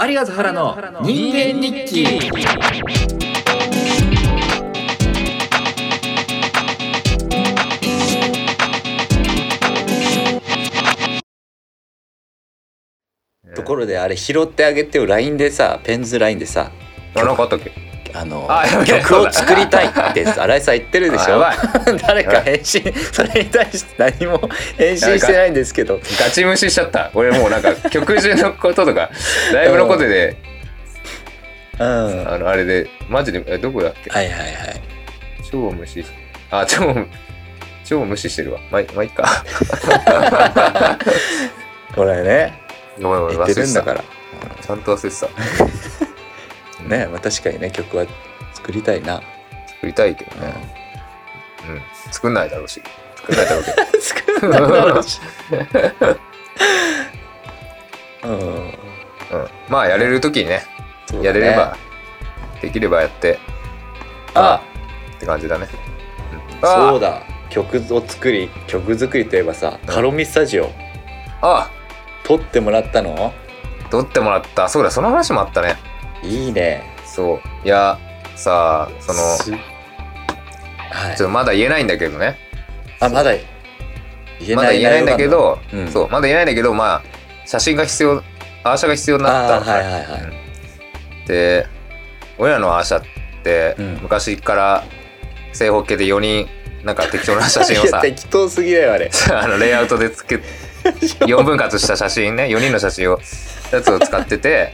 有賀原の人間日記ところであれ拾ってあげてよ LINE でさペンズ LINE でさあなんかあったっけあのあやべえ曲を作りたいって 新井さん言ってるでしあやょばい 誰か返信それに対して何も返信してないんですけどガチ無視しちゃった俺もうなん か曲中のこととかライブのことで、うんはいあのあれでマジでえどこだっけはいはい超無視しあ超超無視してるわまあまあいっかこれねごめんごめん言忘ってれてるんだからたちゃんと忘れてたねまあ確かにね曲は作りたいな作りたいけどねうん作んないだろうし作んないだろうけど作んないだろうしうんうん、まあやれる時にねそうだやねれればできればやってあって感じだね、うんあそうだ曲を作り曲作りといえばさカロミスタジオあ撮ってもらったの撮ってもらったそうだその話もあったねいいねそういやさあそのすはいちょっとまだ言えないんだけどねあまだ言えまだない言えないんだけ内容など、んだうんそうまだ言えないんだけどまあ写真が必要アーシャが必要になったあのーはいはいはい、で俺らのアーシャってうん昔から正方形で4人なんか適当な写真をさ いや適当すぎだよあれ あのレイアウトで つけ4分割した写真ね4人の写真をやつを使ってて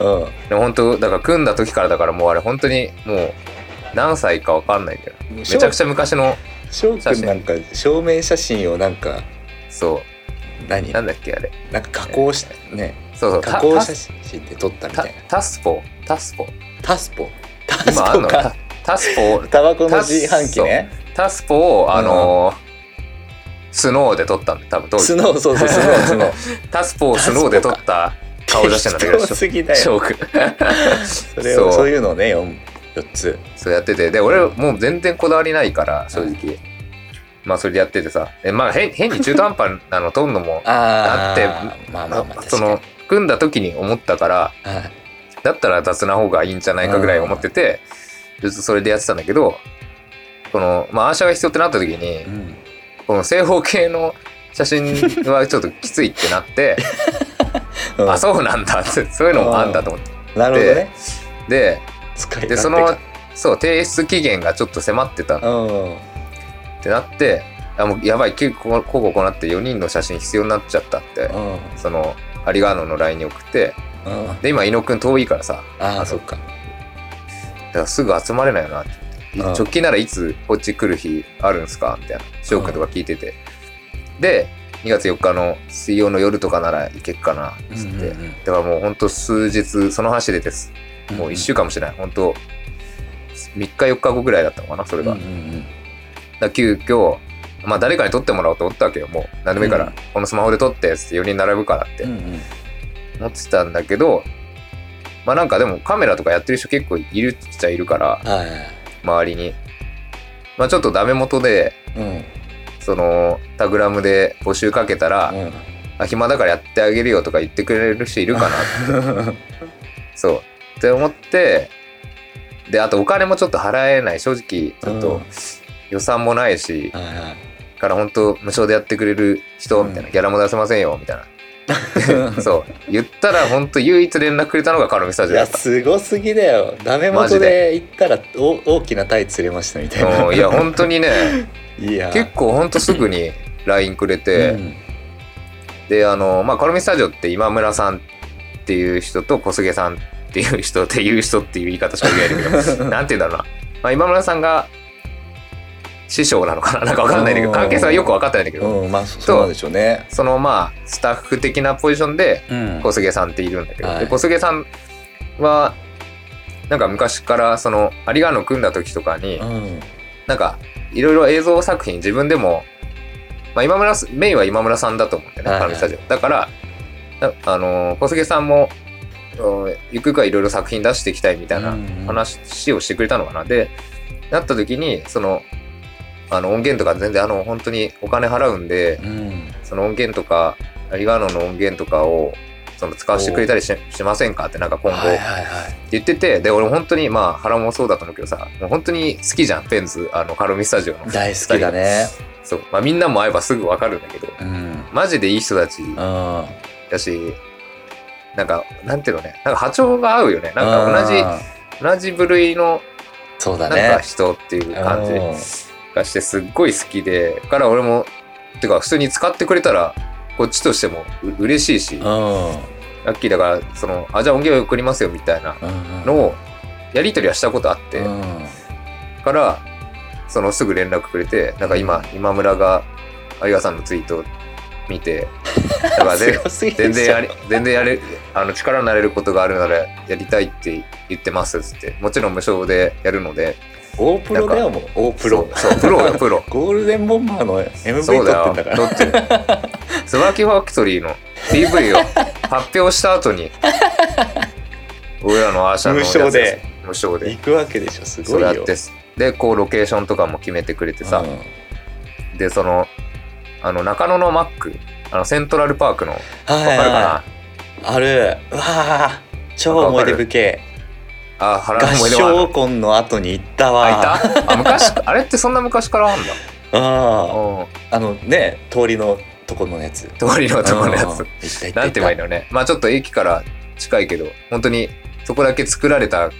うんでも本当だから組んだ時からだからもうあれ本当にもう何歳かわかんないんだよめちゃくちゃ昔の翔くんなんか照明写真をなんかそ何うななんだっけあれんか加工してねそうそう加た工た写真で撮ったみたたいなタスポタスポタスポタス今あんポのかタタスポをタバコの自販機ねタスポをあのースノーで撮ったんだ多分当ス時ノーそうそうスノース ノータスポをスノーで撮った顔出してんだけど適当すぎだよ翔くんそれをそうそういうのをね 4, 4つそうやっててで俺もう全然こだわりないから正直、まあそれでやっててさえまあ変変に中途半端なの撮んのもあーだっ まあまあまあその組んだ時に思ったから確かにはいだったら雑な方がいいんじゃないかぐらい思っててずっとそれでやってたんだけどこの、まあ、アーシャが必要ってなった時にうんこの正方形の写真はちょっときついってなってうんあそうなんだってそういうのもあんだと思ってなるほどねで使いでそ勝手かのそう提出期限がちょっと迫ってたうんってなってあもうやばい結構こうこうこうなって4人の写真必要になっちゃったってうんそのアリガーノの LINE に送ってうんで今伊野くん遠いからさああそっかだからすぐ集まれないよなって言ってうん直近ならいつこっち来る日あるんすかみたいな翔くんとか聞いててで2月4日の水曜の夜とかなら行けっかなっつって、うんうんうんだからもうほんと数日その話でですもう1週間もしない、ほんと3日4日後ぐらいだったのかなそれが、うんうんうんだから急遽まあ誰かに撮ってもらおうと思ったわけよもう何でもいいから、うんこのスマホで撮ってっつって4人並ぶからってうんうん思ってたんだけど、まあなんかでもカメラとかやってる人結構いるっちゃいるからはい周りにまあちょっとダメ元でうんそのタグラムで募集かけたら、 うんあ暇だからやってあげるよとか言ってくれる人いるかなそうって思ってであとお金もちょっと払えない正直ちょっうとん予算もないし、はいはいから本当無償でやってくれる人みたいな、ギャラも出せませんよ みたいなそう言ったら本当唯一連絡くれたのがカロミスタいジオだやったすごすぎだよダメマ元ジで行ったらお大きなタイ釣れましたみたいうんないや本当 にねいや結構本当すぐに LINE くれて、うんであのまあカロミスタジオって今村さんっていう人と小菅さんっていう人っていう人っていう言い方しか言えないん だけどなんて言うんだろうな、まあ、今村さんが師匠なのかななんかわかんないんだけうどん関係性はよく分かってないんだけど、うんまあそそうなんでしょうねそのまあスタッフ的なポジションでうん小菅さんっているんだけど、はいで小菅さんはなんか昔からその有賀の組んだ時とかに、うんなんかいろいろ映像作品自分でも、まあ、今村すメインは今村さんだと思うんだよね、はいはいカラメスタジオだからなあのー小菅さんもうんゆくゆくはいろいろ作品出していきたいみたいなうんうん話をしてくれたのかな、でなった時にそのあの音源とか全然あの本当にお金払うんで、うんその音源とか、有賀野の音源とかをその使わせてくれたりししませんかってなんか今後はいはいはい言っててで俺本当にまあ原もそうだと思うけどさもう本当に好きじゃんペンズあのカルミスタジオの大好きだねそう、まあ、みんなも会えばすぐ分かるんだけどうんマジでいい人たちうんだしなんかなんていうのねなんか波長が合うよねなんか同じうん同じ部類のそうだなんかね人っていう感じうんがしてすっごい好きでだから俺もてか普通に使ってくれたらこっちとしてもう嬉しいしラうんッキーだからそのあじゃあ音源送りますよみたいなうんのをやり取りはしたことあって、うんからそのすぐ連絡くれてなんか今今村が有賀さんのツイートを見 てだからぜ強すぎ全で然しょやり全然やれあの力になれることがあるならやりたいって言ってますっつってもちろん無償でやるので大プロだよもう大プロそうそうプロよ プロゴールデンボンバーの MV そ撮うってだんよだから撮ってる 椿ファクトリーの PV を発表した後に俺らのアーシャのやつ無償で無償で行くわけでしょすそごいれよやってでこうロケーションとかも決めてくれてさ、うんでそのあの中野のマックあのセントラルパークのわはいかはいるかなあるうわあ超思い出深いあ原の合思い出は唱コンの後に行ったあわいたあ昔 あれってそんな昔からあんだあうんあのね通りのとこのやつ通りのとこのやうん行つった行ったなんて言えばいいのねまあちょっと駅から近いけど本当にそこだけ作られた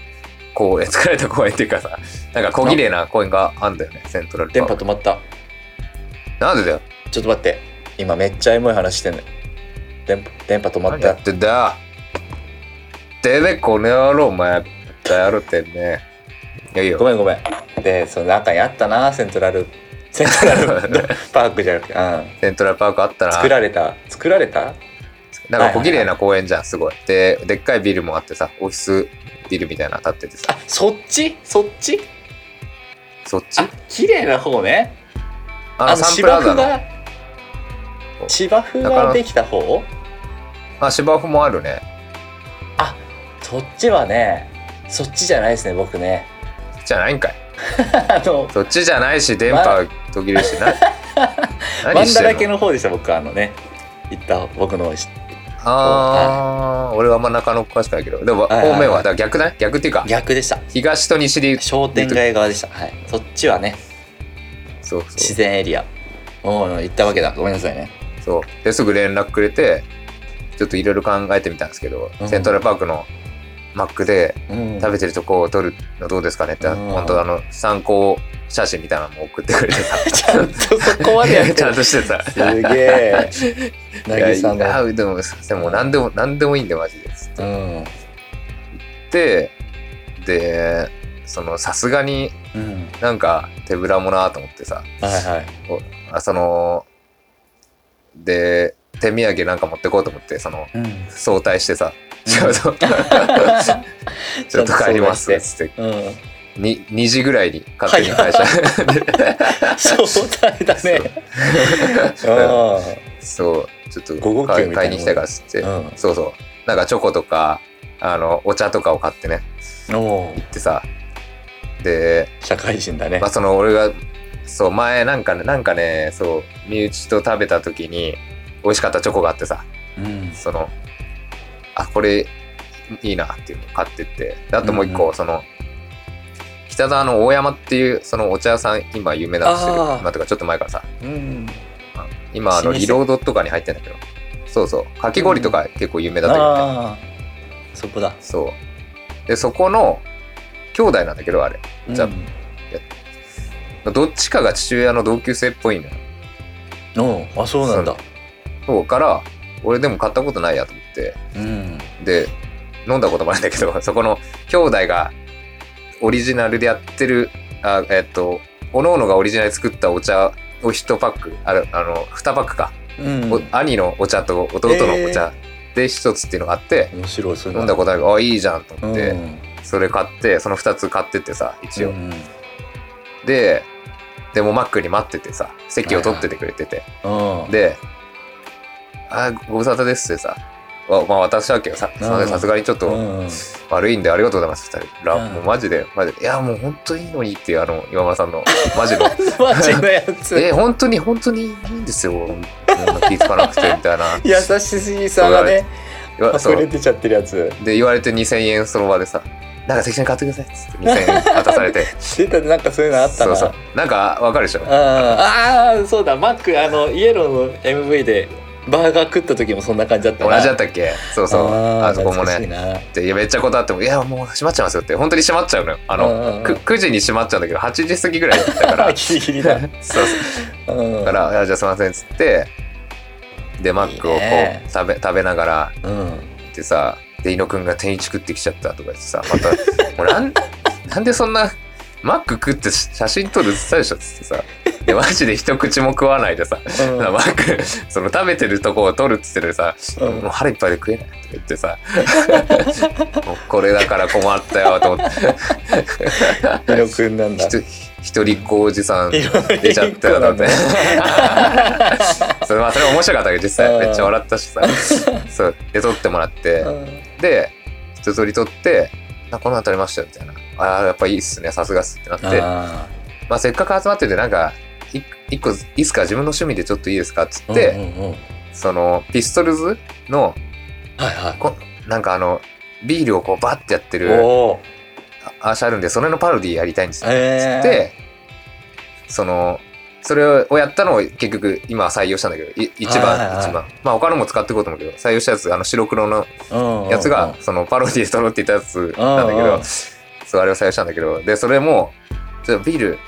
公園 作られた公園っていうかさなんか小綺麗な公園があんだよねセントラルパ電波ーク止まったなんでだよちょっと待って今めっちゃエモい話してんね電波電波止まっ何やたってんだてめえこの野郎お前やるってねいやいいよごめんごめんでその中にあったなセントラ ルセントラル パークじゃなくて、うん、セントラルパークあったな作られた作られたなんか小綺麗な公園じゃん、すごい。で、でっかいビルもあってさ、オフィスビルみたいなの建っててさ、あそっちそっちそっちあ綺麗な方ねあの、サンプラザの。が芝生ができた方あ、芝生もあるね。そっちはねそっちじゃないですね僕ね そっちじゃないんかい。あのそっちじゃないし、電波途切れるし、 な真何んして中だけるのの方でした僕あのね行った僕の方でしあー、俺はあんま中野詳しくないけど、でもはいはいはい方面は、だから逆だね逆っていうか、逆でした東と西で言う商店街側でしたはいそっちはねそう自そ然エリアおう行ったわけだごめんなさいねう。そう。で、すぐ連絡くれて、ちょっといろいろ考えてみたんですけど、うんセントラルパークのマックで、うん食べてるとこを撮るのどうですかねって、うん本当あの参考写真みたいなのも送ってくれてさ ちゃんとそこまでやってる ちゃんとしてさすげえなぎさいのやでもでも何でも何でもいいんでマジでつっうんてでそのさすがにうんなんか手ぶらもなと思ってさはいはいあそので手土産なんか持ってこうと思ってそのうん早退してさちょ ううんどちょっと帰りますっつって うんに2時ぐらいに勝手に会社そうだね そう、ちょっと午後休み買いた買いいなもんに来たからっつって、うんそうそう、なんかチョコとか、あの、お茶とかを買ってね、お行ってさ、で、社会人だねまあ、その俺が、そう、前なんかね、なんかね、そう、身内と食べた時に、美味しかったチョコがあってさ、うんその、あ、これ、いいなっていうのを買ってって、であともう一うん個、その、北沢の大山っていう、そのお茶屋さん、今有名なんですけあど、ー今とかちょっと前からさ、うん今あの老舗リロードとかに入ってんだけどそうそうかき氷とか結構有名だったよね、ああそこだそうでそこの兄弟なんだけどあれじゃあどっちかが父親の同級生っぽいのようんおうあそうなんだそうから俺でも買ったことないやと思ってうんで飲んだこともあるんだけど そこの兄弟がオリジナルでやってるあえっとおのおのがオリジナルで作ったお茶を1パックあるあの2パックか、うんお兄のお茶と弟のお茶で1つっていうのがあって、面白いそういう飲んだこことあるあいいじゃんと思って、うんそれ買ってその2つ買ってってさ一応、うんででもマックに待っててさ席を取っててくれてて、うんで「あーご無沙汰です」ってさわまあ渡したわけよさすいませうんんさすがにちょっうとんうん悪いんでありがとうございます2人、らうんもうマジでマジで「いやもう本当にいいのに」っていうあの今村 さんのマジのマジのやつえ本当 に本当にいいんですよもう気ぃつかなくてみたいな優しすぎさがね言わそ溢れう出ちゃってるやつで言われて2000円その場でさ「なんか適当に買ってください」っつって2000円渡されて出たでなんか そういうのあったそなうそうなんかわかるでしょあーあーそうだマックあのイエローの MV でバーガー食った時もそんな感じだった同なじだったっけそうそうあそこもねねでいやめっちゃ断っても「いやもう閉まっちゃいますよ」って本当に閉まっちゃうのよあの、のく9時に閉まっちゃうんだけど8時過ぎぐらいだか らギリギリだそうそううんだから「いやじゃあすいません」っつってでマックをこいいねう食べ食べながらうん行ってさで猪野くんが天一食ってきちゃったとか言ってさまたもうなん なんでそんなマック食って写真撮るっつったでしょっつってさでマジで一口も食わないでさうんマックその食べてるとこを撮るっつってるさ、うんもう腹いっぱいで食えないとか言ってさもうこれだから困ったよと 思ってヒロ君なんだひと一人っ子おじさんいろいろ出ちゃったよだっていい それまあそれ面白かったけど実う際んめっちゃ笑ったし さそうで撮ってもらって子なんだで一通り撮ってあこんなん撮れましたよみたいなあーやっぱいいっすねさすがっすってなってあまあ、せっかく集まっててなんかい一個いいっすか自分の趣味でちょっといいですかっつーって、うんうんうんはいそのピストルズのはこなんかあのビールをこうバッてやっているおあアーシャあるんでそれのパロディやりたいんですよ、えでそのそれをやったのを結局今は採用したんだけどい一はいはいは番い一番まあ他のも使っていこうと思うけど採用したやつあの白黒のでやつがそのパロディで撮ろうって言ったやつなんだけうんうどんそうあれを採用したんだけどでそれもちょっとビール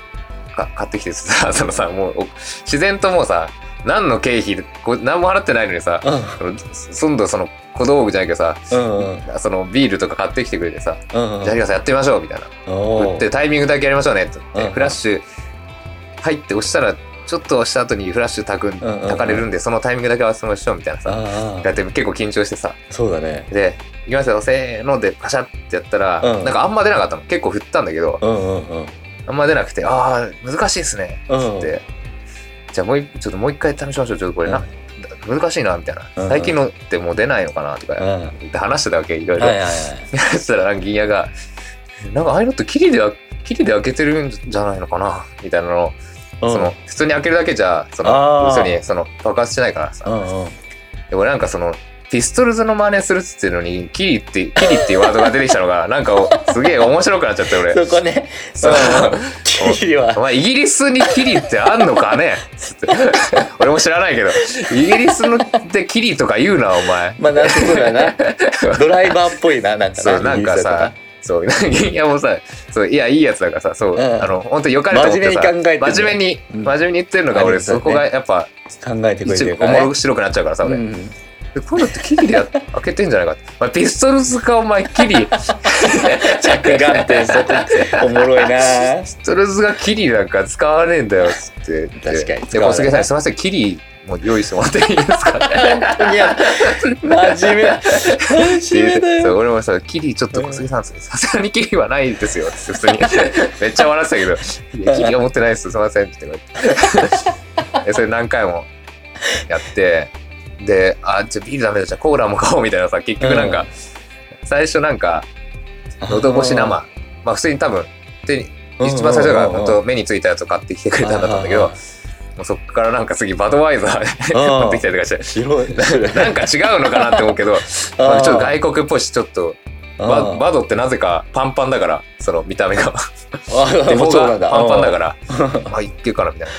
か買ってきてさ そのさもうお自然ともうさ何の経費こう何も払ってないのにさうんそのそんどその小道具じゃないけどさうんうんそのビールとか買ってきてくれてさ「うんうんじゃあ有賀さんやってみましょう」みたいなお打ってータイミングだけやりましょうねって言ってうんうんフラッシュ入って押したらちょっと押した後にフラッシュたくんうんうんうんたかれるんでそのタイミングだけ合わせましょうみたいなさあやーって結構緊張してさそうだねで「いきますよせーの」でカシャってやったらうんなんかあんま出なかったの結構振ったんだけどうんうんうんあんま出なくて「ああ難しいっすね」うっんて「じゃあもう一ちょっともう一回試しましょうちょっとこれな難しいな」みたいうんうなん「最近のってもう出ないのかな」とかうんはいで話してたわけいろいろはい。はいそしたら銀屋が「なんかああいうのって切りで切りで開けてるんじゃないのかな」みたいなのを、うんその普通に開けるだけじゃそのあ要ーするにその爆発しないからさ、うんうんでもなんかそのピストルズの真似するっつってるのに「キリ」って「キリ」っていうワードが出てきたの がなんかおすげえ面白くなっちゃって俺。そこねそううんキリはお前イギリスにキリってあんのかねつって 俺も知らないけどイギリスのでキリとか言うなお前まあなんてことだなドライバーっぽいななんかねそうなんかさそういやもうさそういやいいやつだからさそう、うんあの本当良かれと思ってさ真面目に考えてる真面目にうん真面目に言ってるのがあ俺りがとうそねこがやっぱ考えてくれ一てる面からね白くなっちゃうからさ俺、うんでこういうのってキリでや開けてんじゃないかって、 まあ、ピストルズかお前キリ着眼点そこおもろいなピストルズがキリなんか使わねえんだよっつって言って確かにで使わない小杉さんすいませんキリも用意してもらっていいですかっていや真面目真面目だそうよ俺もさ「キリちょっと小杉さんさすがにキリはないですよ」って普通に めっちゃ笑ってたけどいや「キリは持ってないですすいません」って言ってでそれ何回もやってで「あじゃあビールダメだじゃあコーラも買おう」みたいなさ結局なんか、最初なんか喉越し生まあ普通に多分手に一番最初が本当目についたやつを買ってきてくれたんだったんだけどもうそっからなんか次バドワイザー うん持ってきたりとかして。広いなんか違うのかなって思う けど、まあちょっと外国っぽいし、ちょっとババドってなぜかパンパンだからその見た目 があ手あも元うそうながんだパンパンだからら まあいけるかなみたいな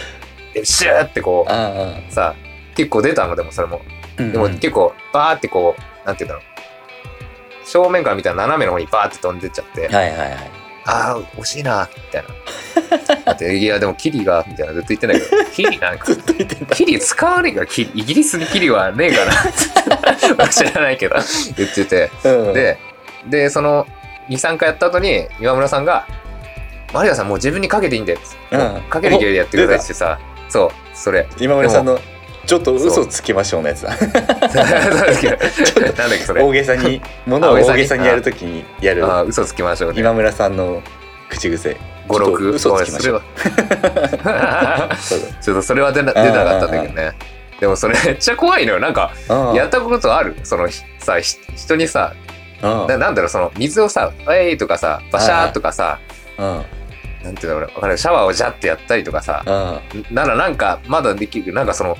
でシューってこあうさ結構出たのでもそれもあでも結構バーってこうなんて言うんだろう正面から見たら斜めの方にバーって飛んでっちゃっはていはいはいああ惜しいなみたいなだっていやでもキリがみたいなずっと言ってんだけどキリなんかずっと言ってたキリ使わねえからキリイギリスにキリはねえ かな知らないけど言っててうんで、で、その、2、3回やった後に、今村さんが、マリアさんもう自分にかけていいんだよ。うんかける勢いでやってくださいってさ、そう、そ れ。今村さんのちょっと嘘つきましょうのやつだそうだけどなんだっけ、それ。大げさにものを大げさにやるときにやるあー嘘つきましょうね。今村さんの口癖ちょ5、っと6、嘘つきましょうは そうちょっとそれは出な出なかったんだけどね。でもそれめっちゃ怖いのよ。なんか、だやったことあるその、ひさ、ひ人にさ、うんななんだろう、その、水をさ、えいとかさ、バシャーとかさ、うんうんなんていうんだろうな、わかるシャワーをジャってやったりと かさ、ならなんかまだできるなんかその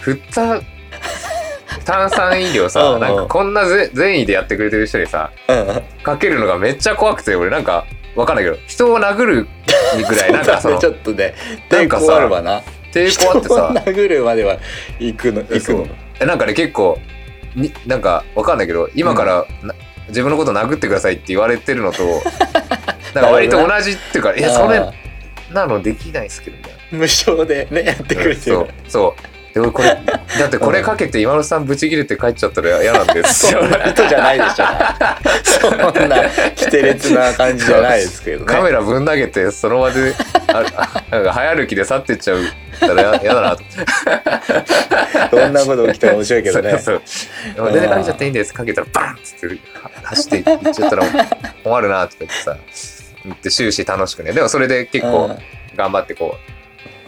振った炭酸飲料うんうさんなんかこんなぜ善意でやってくれてる人にさうんかけるのがめっちゃ怖くて俺なんかわかんないけど人を殴るぐらい なんかそのちょっとねなん抵かさ抗あるわな抵抗あって 人をさ殴るまでは行くの行くそうのえなんかね結構になんかわかんないけど今からな、自分のこと殴ってくださいって言われてるのと なんか割と同じっていうか「いやそれあなのできないですけどねー無償でねやってくれ」てそるうそうで俺これだってこれかけて今野さんブチ切れて帰っちゃったら嫌なんで すそよんな人じゃないでしょそんな規定列な感じじゃないですけどね カメラぶん投げてその場であ あなんか早歩きで去ってっちゃうたら嫌だなとどんなこと起きたら面白いけどねそうそう全然かけちゃっていいんですかけたらバンっつって走って行っちゃったら困るなとか言ってさ言って終始楽しくねでもそれで結構頑張ってこ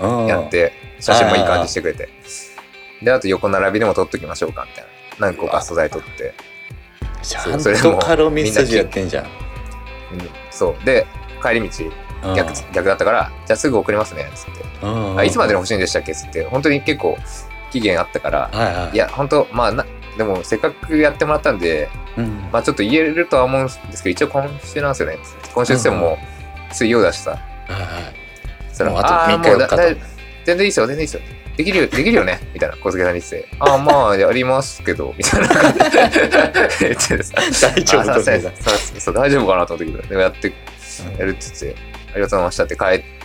うんうやって写真もいい感じしてくれてであと横並びでも撮っときましょうかみたいな何個か素材撮ってちそゃうんそれでともカロミス筋やってんじゃんうんそうで帰り道逆逆だったからじゃあすぐ送りますねつってうんあいつまでに欲しいんでしたっけっつって本当に結構期限あったからはいはいいや本当まあなでもせっかくやってもらったんでうんまあちょっと言えるとは思うんですけど、一応今週なんですよね。今週っつってももう水曜だしさ。はいはいそものうあとあー3日もうだ4日とだい全然いいですよ、全然いいですよ。できる よ、できるよねみたいな、小杉さんに言ってて。ああ、まあ、やりますけど、みたい な。言っててさ大丈夫あーそうだそうそう大丈夫かなと思ったけど、でもやって、やるって言って、ありがとうございましたって帰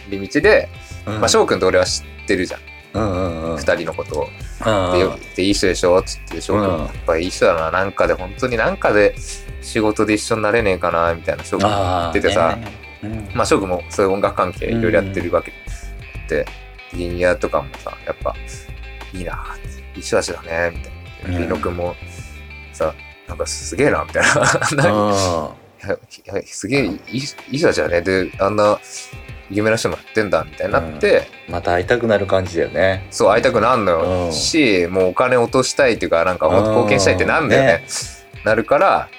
り道で、まあ、翔くんと俺は知ってるじゃん、うんうんうんうん二人のことを。うんでよでいい人でしょっつって翔くんうんやっぱいい人だななんかで本当になんかで仕事で一緒になれねえかなみたいな翔くんあー出てさねうんまあ翔くんもそういう音楽関係いろいろやってるわけでジュニアとかもさやっぱいいな一緒だしだねみたいなうんリノくんもさなんかすげえなみた いななんかあいやいやすげえいいいい人だしだねであんな有名な人もやってんだみたいになって、ーまた会いたくなる感じだよね。そう会いたくなんのうよんしもうお金落としたいっていうかなんかもっと貢献したいってなんだよねうんなるから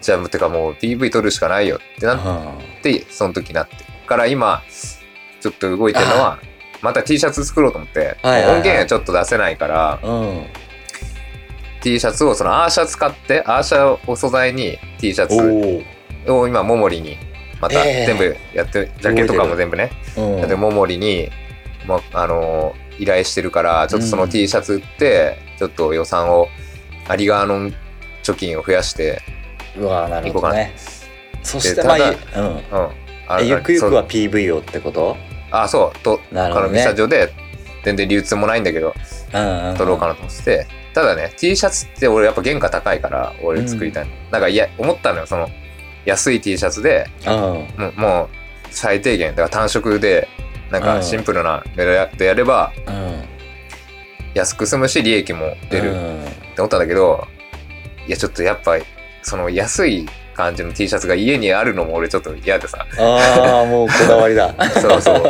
じゃあもうてかもう PV 撮るしかないよってなっあてその時になってから今ちょっと動いてるのはまた T シャツ作ろうと思って、はいはいはい音源ちょっと出せないからーうん。 T シャツをそのアーシャ使ってアーシャを素材に T シャツおを今モモリにまたええ全部やって、ジャケットとかも全部ねお。でモモリに、まあの依頼してるからちょっとそのうん T シャツ売って、ちょっと予算をアリ側の貯金を増やして、うわーなるほどね。そしてでまあ、ただうんうん、あえゆくゆくそうは PV をってこと？あそうとなるほカどラミね。サ上で全然流通もないんだけどうんうん。取ろうかなと思ってて、ただね T シャツって俺やっぱ原価高いから俺作りたい、なんかいや思ったのよその安い T シャツでな。うん。もうもう最低限だから単色でなんうかんシンプルなのやでやればうん。安く済むし利益も出る、うんって思ったんだけど、いや、ちょっとやっぱ、その安い感じの T シャツが家にあるのも俺ちょっと嫌でさ。ああもうこだわりだ。そ う そう。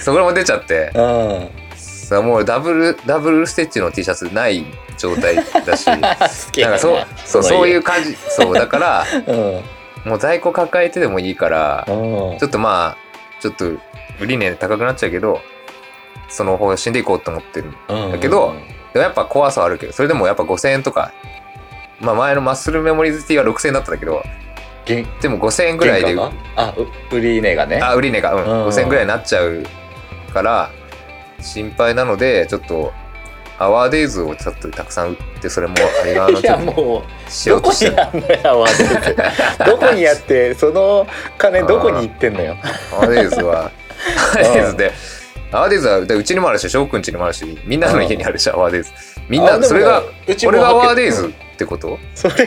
そこらも出ちゃって、うん。さもうダブル、ダブルステッチの T シャツない状態だ し、なんあ好きやかなそう、そう、のそういう感じ。そう、だ から、うん。もう在庫抱えてでもいいから、うんちょっとまあ、ちょっと売り値高くなっちゃうけど、その方針でいこうと思ってるだけどでもやっぱ怖さはあるけど、それでもやっぱ5000円とか、まあ前のマッスルメモリーズ T は6000円だったんだけでげんも5000円ぐらいで原、価があう売り値がね。あ、売り値が、うんうん、 5000円ぐらいになっちゃうから、心配なので、ちょっと、アワーデイズをちょっとたくさん売って、それもあれがあのいちょやっもう。としようとしてる。どこにあんのやわどこにあってその金どこに行ってんのよアワーデイズ は、アワーデイズで、アワーデイズはでうちにもあるし、翔くんちにもあるし、みんなの家にあるし、アワーデイズ。みんあでな、もそれが、うちも俺がアワーデイうズんってことそれ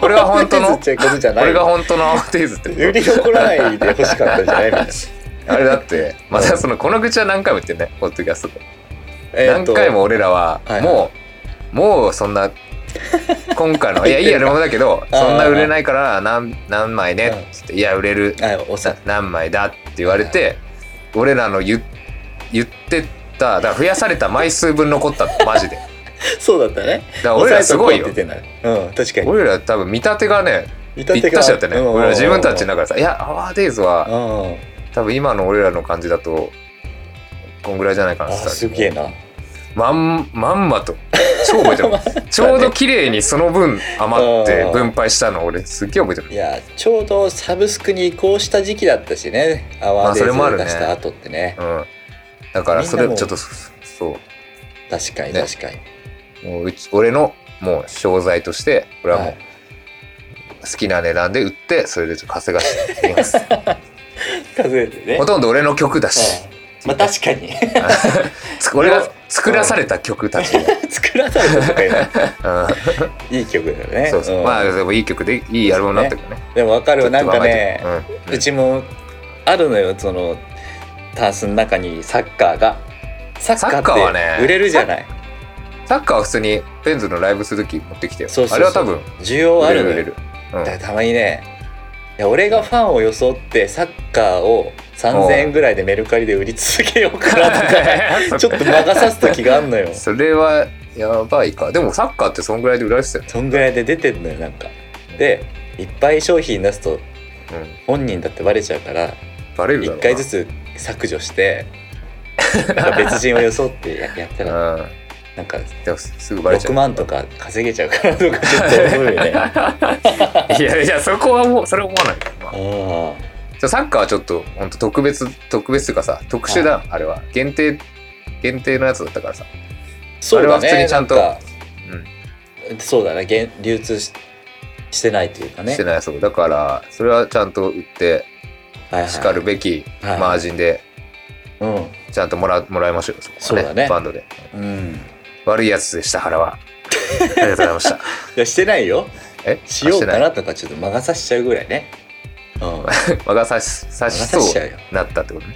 これが本 当アワーデイズっ、てのことじゃない俺が本当のアワーデイズってこと売り残らないで欲しかったじゃないみたいなあれだって、またその、この口は何回も言ってるね、ポッドキャストで。えー 何と回も俺らは、はいはいもう、もうそんな、今 回の、いや、いいや、でもだけど、あーそんな売れないから、何、何枚ね、うんつって、いや、売れる、あおさ何枚だって言われて、俺らの言、言ってた、だから増やされた枚数分残った、マジで。だかそうだったねら俺らすごいよ 抑。えとこうって言ってんだうん確かに俺ら多分見立てがね、ぴっぴったしだったよね。俺ら自分たちのだからさ、いや、アワーデイズは、多分今の俺らの感じだと、こんぐらいじゃないかあなってすげえなまんまんまと超覚え てるちょうど綺麗にその分余って分配したの俺すっげえ覚えてるいやちょうどサブスクに移行した時期だったしねアワーデイズまあそれもあるね出した後ってねうん、だからそれみんなもちょっとそ確かにね確かに、うもううち俺のもう商材として俺はもはうい好きな値段で売ってそれでちょっと稼がしていきます 数えてねほとんど俺の曲だしうんまあ確かに つ俺が作らされた曲たち、うん作らされたとかいう のいい曲だよねそうそう、んまあでもいい曲でいいアルバムになったけどねでも分かるわなんかねちょっと甘いけどうんうちもあるのよそのタンスの中にサッカーがサッカサッカーはーっねて売れるじゃない、サッカーは普通にペンズのライブする時持ってきてよそうそうそうあれは多分需要あ売るれるの売れよる、だからたまにねいや俺がファンを装ってサッカーをおう3,000円ぐらいでメルカリで売り続けようかなとうか ん ちょっと魔が差す時があんのよそれはやばいかでもサッカーってそんぐらいで売られてたよね、そんぐらいで出てんのよなんかでいっぱい商品出すとうん、本人だってバレちゃうからバレるだろう1な回ずつ削除 してなんか別人を装ってややったうらんなんかでもすぐバレちゃ6う万とか稼げちゃうからとかちょっと思うよね あ いやいやそこはもうそれは思わないけどなあじゃあサッカーはちょっと本当特別特別というかさ特殊だ、あれは限定限定のやつだったからさそうだあれは普通ねにちゃんとなんかそうだね現流通ししてないというかうん、しねてないそうだからそれはちゃんと売ってはいはいしるべきはいマージンでうんちゃんともらもらいましょうよこはそうだねバンドでうん悪いやつでした 原はありがとうございましたいやしてないよえしようかあなとかちょっと魔が差しちゃうぐらいね うんしてない魔が差し差しそう魔が差しちゃうよになったってことね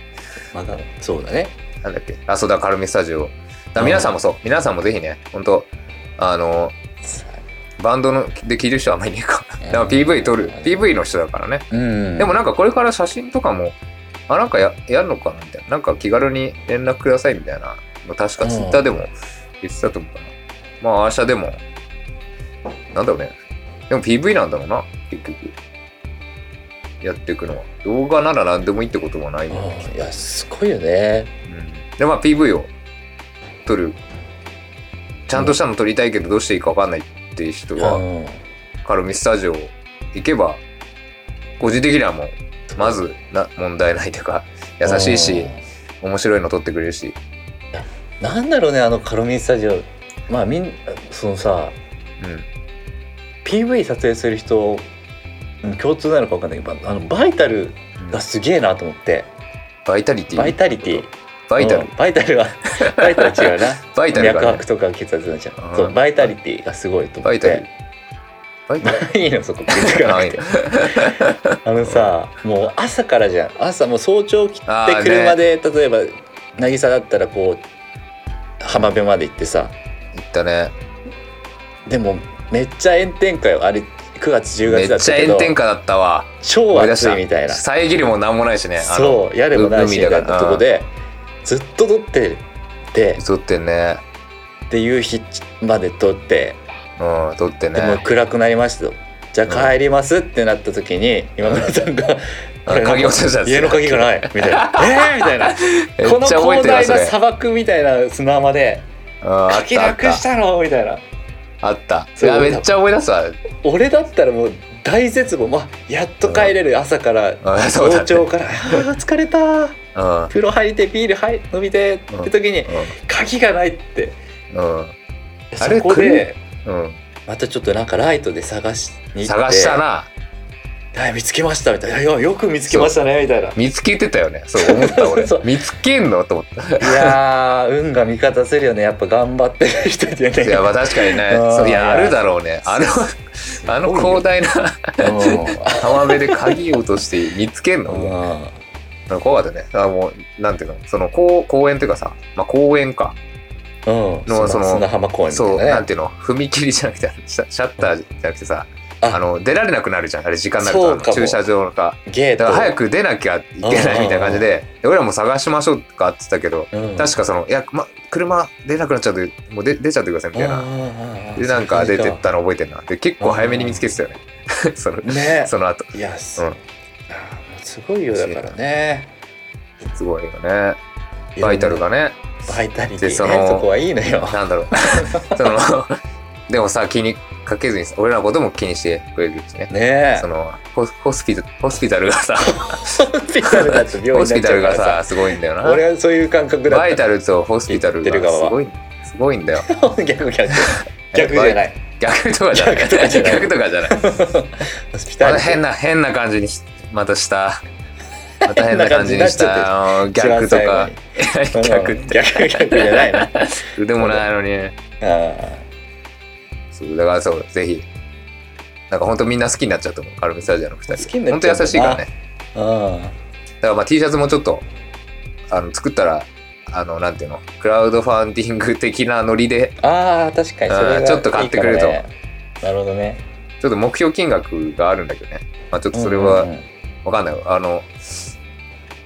魔がそうだねなんだっけあそうだカルミスタジオだから皆さんもそう皆さんもぜひね本当あのバンドので聴いてる人はあんまりいね えかうんだから PV 撮る PV の人だからねうんでもなんかこれから写真とかもあなんかややるのかなみたいななんか気軽に連絡くださいみたいなの確かうん Twitter でも言ってたと思うかな、まあアーシャでもなんだろうねでも PV なんだろうな結局やっていくのは動画なら何でもいいってこともないよね、うんいやすごいよねうん、でまあ PV を撮るちゃんとしたの撮りたいけどどうしていいか分かんないっていう人は、うんカルミスタジオ行けば個人的にはもうまずな問題ないというか優しいし面白いの撮ってくれるし、うんなんだろうねあのカロミンスタジオまあみんそのさう PV 撮影する人うん共通なのか分かんないけどあのバイタルん、がすげえなと思ってバイタリティバイタリティバイタルうんバイタルは バイタル違うなバイタル脈が、ね拍、とか血圧になっちゃうんうそうバイタリティがすごいと思バっイタルてバイタルいいのそこ気づかなくてあのさもう朝からじゃん朝もう早朝来てあーね車で、例えば渚だったらこう浜辺まで行ってさ行ったねでもめっちゃ炎天下よあれ9月10めっ月だっちたゃけ炎ど天下だったわ超思い出し暑たいみたいな遮るもなんもないしねあのそうやでもないしみ海ただいからなとこでずっと撮ってて撮ってんねっていう日まで撮ってうん撮ってでもうね暗くなりましたと。じゃあ帰りますってなった時に今村さんが「あの鍵落としたやつ家の鍵がない」みたい な「えー!」みたいなめっこのちゃ覚え広てるわ大そなれ砂漠みたいな砂浜でうんあっ書きたあっなくたしたのみたいなあったいそうやめっちゃ思い出すわ俺だったらもう大絶望まあやっと帰れる朝からうんそうだ早朝 ねから「あー疲れたうん風呂入りてビール入飲みて」って時に「鍵がない」ってうんあそれこでうん、うんまたちょっとなんかライトで探しに行って探したなはい見つけましたみたいな「いやよく見つけましたね」みたい な見つけてたよねそう思った俺 そう見つけんのと思ったいやー運が味方するよねやっぱ頑張ってる人ってねいやまあ確かにね あーそういやあいやるだろうね あのあの広大な浜辺で鍵を落として見つけんのうん もう怖かったねあもうなんていうのその公公園っていうかさ、まあ、公園かうん、うん、のその砂浜公園みたそういななんねていうの踏切じゃなくてシャシャッターじゃなくてさああの出られなくなるじゃんあれ時間になるそとうあかのも駐車場かゲーだトから早く出なきゃいけないみたいな感じでで俺らも探しましょうとかって言ってたけどうん確かその「いや、ま、車出なくなっちゃうんでもう出出ちゃってください」みたいななでなんか出てったの覚えてるなで結構早めに見つけてたよね そのねその後いやす,、ううんもうすごいよだからねすごいよねいろんなバイタルがねバイタリティ、でね、そそのこはいいのよ。なんだろう そのでもさ気にかけずにさ俺らのことも気にしてくれるしねねえ。そのホホスピタホスピタルがさホスピタルだと 病院ホにスなっちピタゃルうかがらささ。すごいんだよな俺はそういう感覚だった。バイタルとホスピタ言ルってるが側はすごいすごいんだよ 逆 逆。逆じゃない。逆とかじゃない逆とかじゃない 逆とかじゃないホスピタまルた変な変な感じにしまたしたまた変な感じにした変なあのちゃってる逆とかうん 逆って逆逆じゃ ないな。でもないのにねあそうだからそうぜひなんか本当みんな好きになっちゃうと思うカルミサージャーの2人好きになっ本ち当ゃう優んだなしいからねーあだからまあ T シャツもちょっとあの作ったらあのなんていうのクラウドファンディング的なノリでー。ああ、確かにそれがいいかも、うんね、ちょっと買ってくれるとなるほどね。ちょっと目標金額があるんだけどねまあちょっとそれはうんうんうんわかんないあの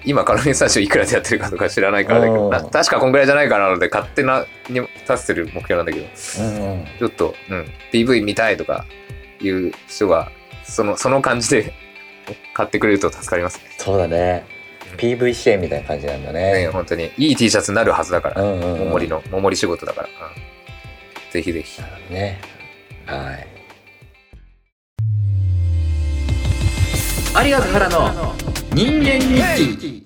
今カルミサージャーいくらでやってるかとか知らないからだけうんどな確かこんぐらいじゃないかなので勝手なに立ててる目標なんだけどうんうんちょっと、うん、PV 見たいとかいう人が、その、その感じで 買ってくれると助かりますね。そうだねうん PV 支援みたいな感じなんだねね本当に。いい T シャツになるはずだから。んうんももりの、ももり仕事だから。うんぜひぜひ。ねはい有賀原の人間日記